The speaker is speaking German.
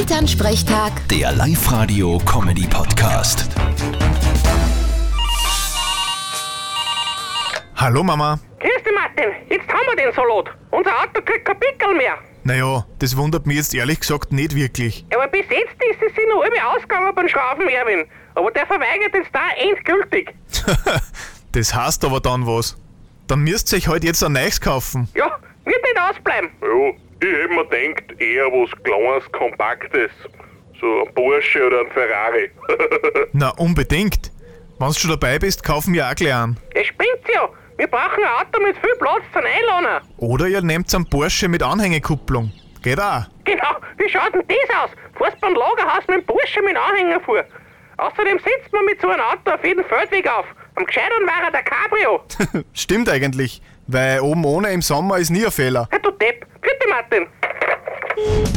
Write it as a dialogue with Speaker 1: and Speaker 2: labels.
Speaker 1: Elternsprechtag,
Speaker 2: Der Live-Radio-Comedy-Podcast.
Speaker 3: Hallo Mama.
Speaker 4: Grüß dich, Martin. Jetzt haben wir den Salat. Unser Auto kriegt kein Pickel mehr.
Speaker 3: Naja, das wundert mich jetzt ehrlich gesagt nicht wirklich.
Speaker 4: Aber bis jetzt ist es sich noch alle ausgegangen beim Schrauben, Erwin. Aber der verweigert jetzt da endgültig.
Speaker 3: das heißt aber dann was. Dann müsst ihr euch halt jetzt ein Neues kaufen.
Speaker 4: Ja, wird nicht ausbleiben.
Speaker 5: Ja, ich hätte mir gedacht, eher was Kleines, Kompaktes. So ein Porsche oder ein Ferrari.
Speaker 3: Na, unbedingt. Wenn du schon dabei bist, kaufen wir auch gleich einen.
Speaker 4: Das spinnt ja. Wir brauchen ein Auto mit viel Platz zum Einladen.
Speaker 3: Oder ihr nehmt einen Porsche mit Anhängekupplung. Geht auch.
Speaker 4: Genau, wie schaut denn das aus? Fährst beim Lagerhaus mit dem Bursche mit Anhänger vor. Außerdem sitzt man mit so einem Auto auf jeden Feldweg auf. Am gescheitern wäre der Cabrio.
Speaker 3: Stimmt eigentlich, weil oben ohne im Sommer ist nie ein Fehler.
Speaker 4: Ja, du Depp. Bitte, Martin.